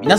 皆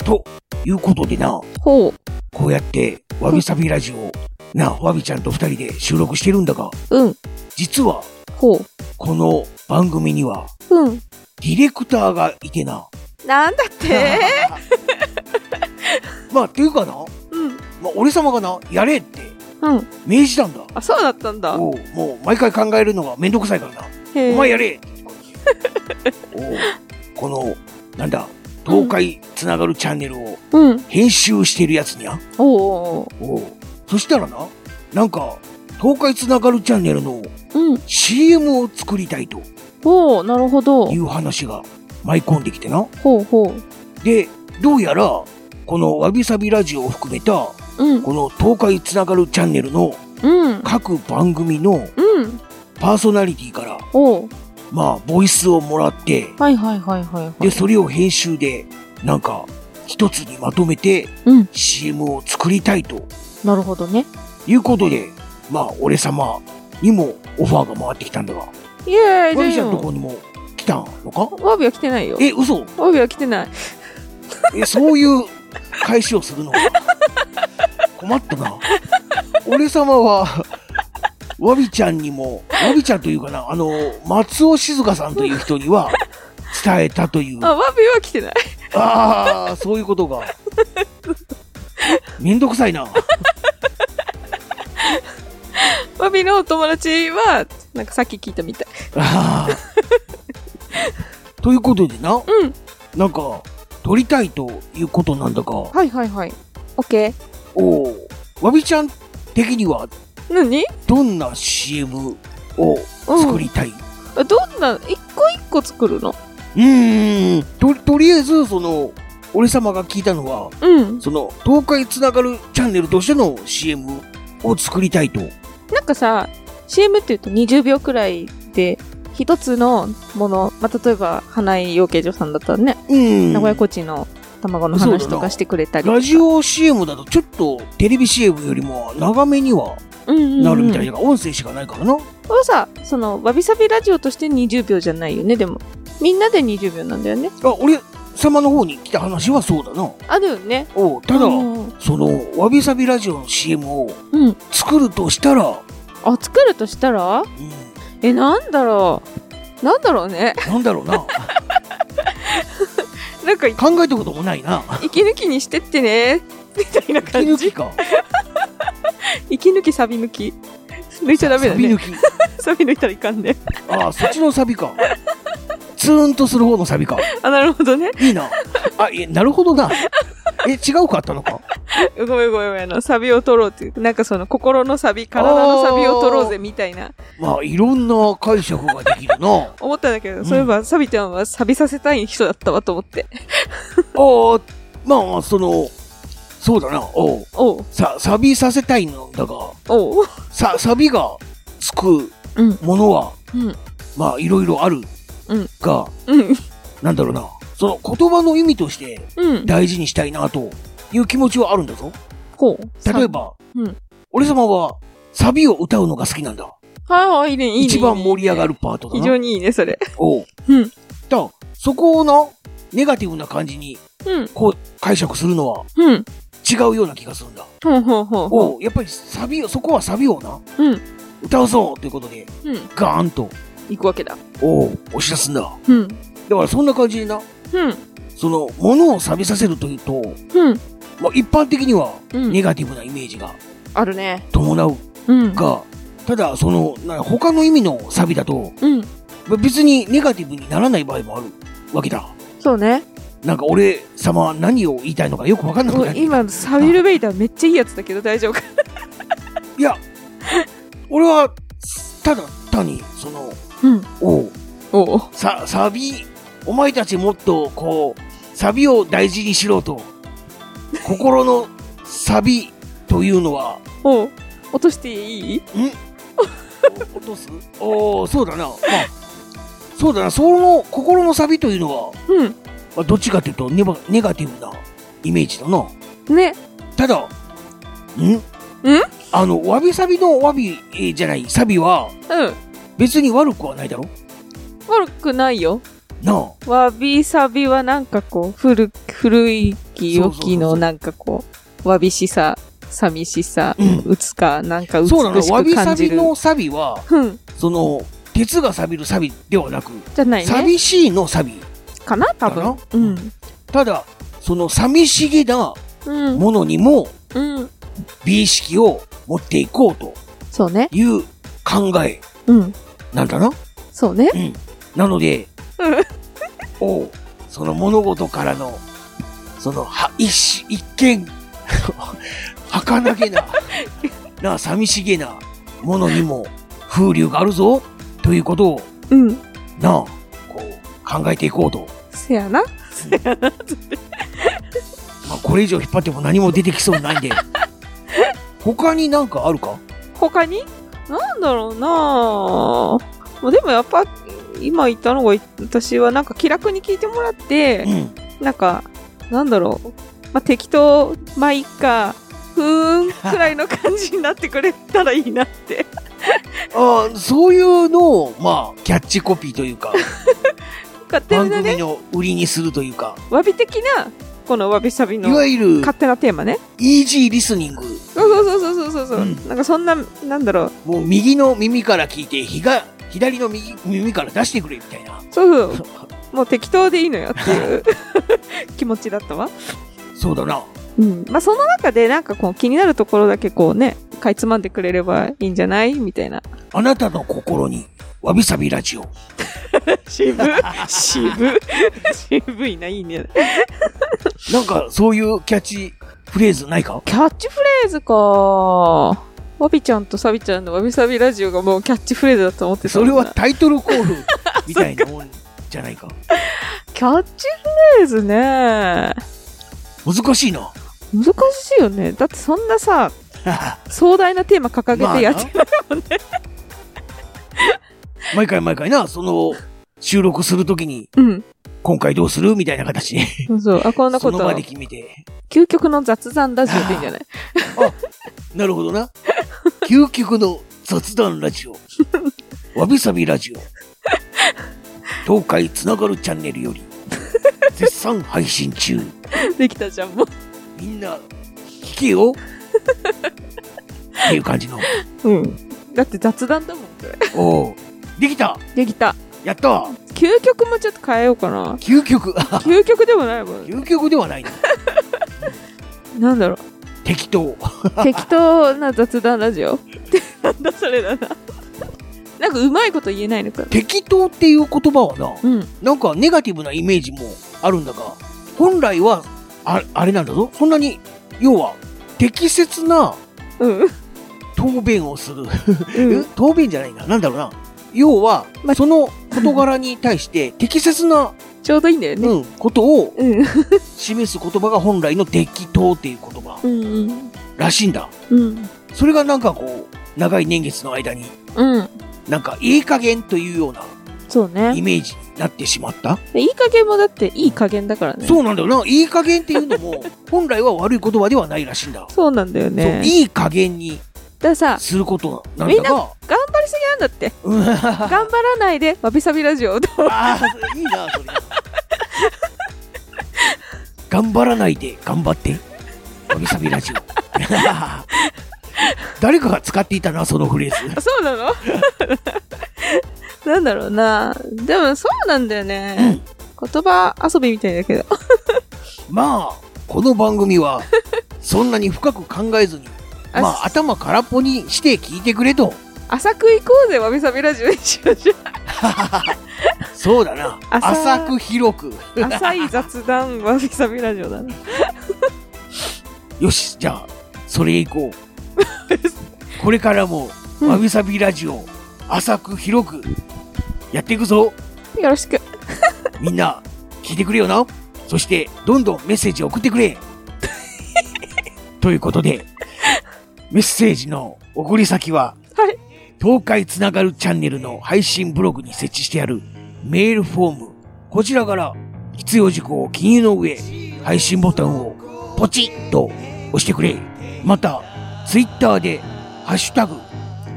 ということでなほう、こうやってわびさびラジオなわびちゃんと二人で収録してるんだがうん、実はほう、この番組にはうん。ディレクターがいてななんだって まあっていうかな、うん、まあ、俺様がなやれってうん。明示なんだあ、そうだったんだ。おうもう毎回考えるのがめんどくさいからな、へお前 やれおうこのなんだ東海つながるチャンネルをうん。編集してるやつにゃおー。おうそしたらななんか東海つながるチャンネルのうん。 CM を作りたいとおー、なるほどい。う話が舞い込んできてなほうほう。でどうやらこのわびさびラジオを含めたうん。この東海つながるチャンネルのうん。各番組のうん。パーソナリティからおー。まあボイスをもらってはいはいはいはいはい。でそれを編集でなんか一つにまとめてうん。 CM を作りたいとなるほどね。いうことでまあ俺様にもオファーが回ってきたんだがわイエーイびちゃんのとよ。こにも来たのかわびは来てないよ。え嘘わびは来てない。えそういう返しをするの困ったな俺様はわびちゃんにもわびちゃんというかなあの松尾静香さんという人には伝えたというあ、わびは来てない。 ああ、そういうことか。めんどくさいな。わびのお友達は、なんかさっき聞いたみたい。あーということでな、うん。なんか、撮りたいということなんだが、おはいはいはい。オッケー。おわびちゃん的には、何どんな CM を作りたい、うん、どんな一個一個作るのうーん、と、とりあえず、その、俺様が聞いたのは、うんその、東海つながるチャンネルとしての CM を作りたいと。なんかさ CM っていうと20秒くらいで一つのもの、まあ、例えば花井養鶏場さんだったらね、うん。名古屋コーチンの卵の話とかしてくれたりラジオ CM だとちょっとテレビ CM よりも長めにはななるみたいなな、音声しかないからな。これはさそのわびさびラジオとして20秒じゃないよねでもみんなで20秒なんだよねあ、俺様の方に来た話はそうだな。あるよねおうただ、うんその、わびさびラジオの CM をうん作るとしたら、あ作るとしたらうん、えなんだろうなんだろうね なんだろうな。なん か考えたこともな いな。息抜きにしてってね みたいな息感じ抜きか。息抜きサビ抜き抜いちゃダメだねサビ抜き。 サビ抜いたらいかんねああ、そっちのサビか。ツーンとする方のサビか。あなるほどねいいな。あ、え、なるほどな。え、違うかあったのか。ごめんごめんごめんあのサビを取ろうっていうなんかその心のサビ体のサビを取ろうぜみたいなまあ、いろんな解釈ができるな。思ったんだけど、うんそういえばサビちゃんはサビさせたい人だったわと思ってああ、まあまあ、その、そうだな、おうおうさ、サビさせたいのだが、おうさ、サビがつくうんものは、うんまあ、いろいろあるうんが、うんなんだろうな、その言葉の意味としてうん大事にしたいなという気持ちはあるんだぞ。こう例えば、うん俺様は、サビを歌うのが好きなんだ。はいはいいいねいいね一番盛り上るがるパートだ非な。常にいいねそれおううんだそこをな、ネガティブな感じにうんこう解釈するのはうん違うような気がするんだ。ほうほうほうほおうやっぱりサビをそこはサビをなううん歌うぞということでうんガーンと行くわけだおう押し出すんだうんだからそんな感じでなうんそのものを錆びさせるというと、うんまあ、一般的にはうんネガティブなイメージがあるね伴ううんが、ただそのなんか他の意味のサビだとうん。ま別にネガティブにならない場合もあるわけだそうね。なんか俺様は何を言いたいのかよく分かんなくなる今、サビルベイダーめっちゃいいやつだけど大丈夫か。いや俺はただ単にそのうん。おうおう。さサビお前たちもっとこうサビを大事にしろと心のサビというのはおう。落としていいお落とす おおそうだな、まあ、そうだなその心のサビというのは、う。まあ、どっちかというとネバネガティブなイメージだなんね。ただんんあのわびサビのわび、えーじゃないサビはうん。別に悪くはないだろ悪くないよ。なあわびさびはなんかこう、古、古いき良きのなんかこう、わびしさ、寂しさ、うんうつか、なんか美しそうなのわくびサ感じビる。のサビはうん。その鉄が錆びるサビではなく、じゃないね。寂しいのサビかな多分。うん。ただその寂しげなうん。ものにもうん。美意識を持っていこうとそうね。いう考えうん。なんだなそうね。うんなのでうんおうその物事からのそのは一一見 儚げ なな寂しげなものにも風流があるぞということをうん。なあこう考えていこうと、せやな。まあ、これ以上引っ張っても何も出てきそうにない んで他になんかあるか他になんだろうなぁ。もうでもやっぱ、今言ったのが、私はなんか気楽に聞いてもらってう、んなんか、なんだろう。まあ、適当、まあ、いっか、ふーんくらいの感じになってくれたらいいなって。あーそういうのをまあキャッチコピーというか勝手番な組ね、の売りにするというかわび的な、このわびさびいのわゆる勝手なテーマね。イージーリスニングそうそうそうそうそうそう。うんなんかそんな、なんだろう。もう右の耳から聞いてひが左の右耳から出してくれみたいな そうそう。もう適当でいいのよっていう気持ちだったわ。そうだなうん。まあ、その中でなんかこう気になるところだけこうね、かいつまんでくれればいいんじゃないみたい な。あなたの心にわびさびラジオ渋、渋、渋いな、いいね。なんかそういうキャッチフレーズないかキャッチフレーズかわびちゃんとさびちゃんのわびさびラジオがもうキャッチフレーズだと思ってたそもんれなはタイトルコールみたいなもんじゃない かキャッチフレーズね難難しい なしいよねだってそんなさ壮大なテーマ掲げてやって、 毎回毎回なその収録するときに うん今回どうするみたいな形でそうそうあこんなそこのと場で決めて究極の雑談ラジオでいいんじゃ ないなるほどな。 究極の雑談ラジオ。わびさびラジオ。東海つながるチャンネルより。絶賛配信中。できたじゃんもみんな、聞けよ。っていう感じの。ううんだって雑談だもんこれおうできたできたやったわ究極もちょっと変えようかな究極。 究極でもないもん究極ではないな。なんだろ適当。う適当な雑談ラジオ なんだそれだななんかうまいこと言えないのか適当っていう言葉はな、うんなんかネガティブなイメージもあるんだが、本来は、ああれなんだぞ。そんなに、要は、適切なうん答弁をすうる。んえ答弁じゃないな。なんだろうな。要は、まその事柄に対して適切な、ちょうどいいんだよね。うん、ことをうん。示す言葉が本来の適当っていう言葉うん。らしいんだ。うん。それがなんかこう、長い年月の間に、うん。なんかいい加減というようなそうねイ。メージになってしまった。でいい加減もだっていい加減だからね。そうなんだよな。いい加減っていう のも、本来は悪い言葉ではないらしいんだ。そうなんだよそうね。いい加減にだからさ、することなんだが、頑張りすぎなんだって。うん あ頑張らないで、わびさびラジオを。ーいいな、それ。頑張らないで頑張って。わびさびラジオ。 誰かが使っていたな、そのフレーズ。そうなのなんだろうな。でもそうなんだよね。言葉遊びみたいだけど。まあ、この番組は、そんなに深く考えずに、まあ、頭空っぽにして聞いてくれと。浅く行こうぜ、わびさびラジオ一緒じそうだな。浅浅く広く。ゃん。浅い雑談、わびさびラジオだな。よし、じゃあ、それへ行こう。これからも、うんわびさびラジオ、浅く広く、やっていくぞ。よろしく。みんな、聞いてくれよな。そして、どんどんメッセージを送ってくれ。ということで、メッセージの送り先は、はい東海つながるチャンネルの配信ブログに設置してあるメールフォーム、こちらから必要事項を記入の上、配信ボタンをポチッと押してくれ。また、ツイッターで、ハッシュタグ、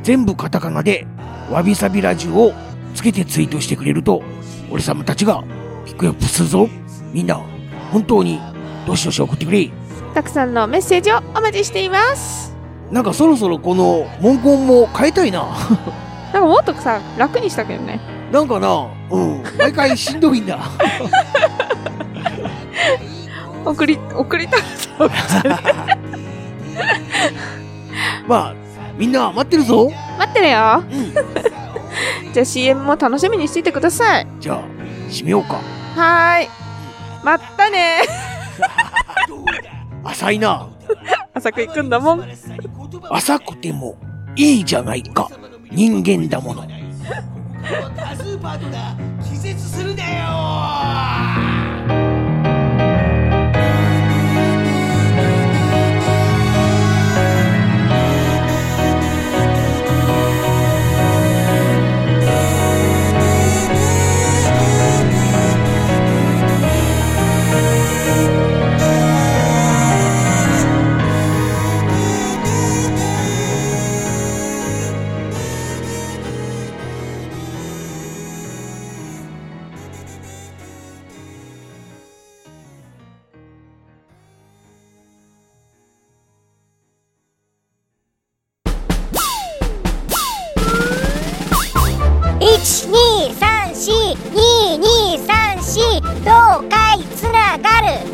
全部カタカナで、わびさびラジオをつけてツイートしてくれると、俺様たちがピックアップするぞ。みんな、本当に、どしどし送ってくれ。たくさんのメッセージをお待ちしています。なんかそろそろこの文言も変えたいな。なんかもっとさ、楽にしたけどね。なんかな、うん、毎回しんどいんだ。 送り、送りたまあ、みんな待ってるぞ。待ってるよ。うん。じゃあ CM も楽しみにしていてください。じゃあ、締めようか。はーい。まったね浅いな。浅く行くんだもん。浅くてもいいじゃないか。人間だもの。多数パートが気絶するなよ12342234東海つながる